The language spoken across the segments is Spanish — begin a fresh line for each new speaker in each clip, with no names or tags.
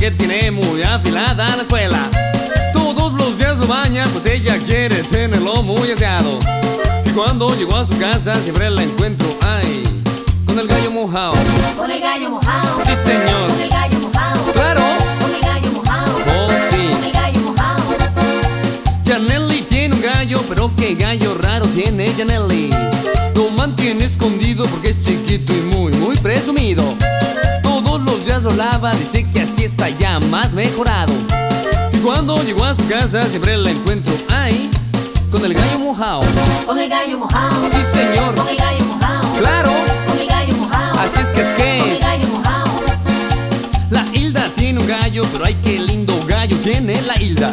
le tiene muy afilada la escuela. Todos los días lo baña, pues ella quiere tenerlo muy aseado. Y cuando llegó a su casa siempre la encuentro, ay, con el gallo mojado.
Con el gallo mojado.
Sí, señor.
Con el gallo mojado.
Claro,
Con el gallo mojado.
oh
Con
sí.
el gallo mojado.
Janelli tiene un gallo, pero qué gallo raro tiene Janelli. Lo mantiene escondido porque es chiquito y muy, muy presumido. Todos los días lo lava, dice que así está ya más mejorado. Y cuando llegó a su casa siempre la encuentro ahí, con el gallo mojado.
Con el gallo mojado.
Sí, señor.
Con el gallo mojado.
Claro,
Con el gallo mojado.
así es que es
Con
que
el
es.
gallo mojado.
La Hilda tiene un gallo, pero ay qué lindo gallo tiene la Hilda.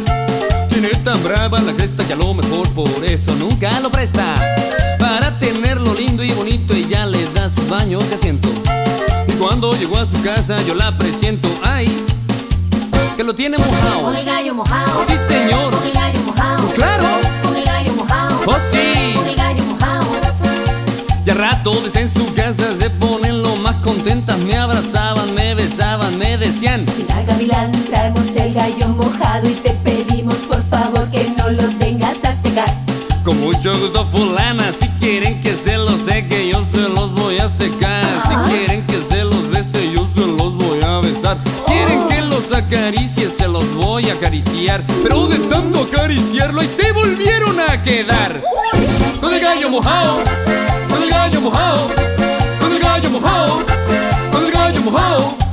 Tiene tan brava la cresta que a lo mejor por eso nunca lo presta. Para tenerlo lindo y bonito ella le da sus baños de asiento. Y cuando llegó a su casa yo la presiento, ay, que lo tiene mojado.
Con el gallo mojado.
Sí señor,
Con el gallo mojado.
claro,
Con el gallo mojado.
oh sí.
Con el gallo mojado.
Ya rato desde en su casa se ponen lo más contentas, me abrazaban, me besaban, me decían.
Mira, Gavilán, traemos el gallo mojado y te pedimos por favor que no los vengas a secar.
Con mucho gusto fulana, si quieren que se los seque, yo se los voy a secar. Si quieren que se los bese, yo se los voy a besar. Quieren que los acaricie, se los voy a acariciar. Pero de tanto acariciarlo y se volvieron a quedar. Con el gallo mojado, con el gallo mojado, con el gallo mojado, con el gallo mojado. este oh,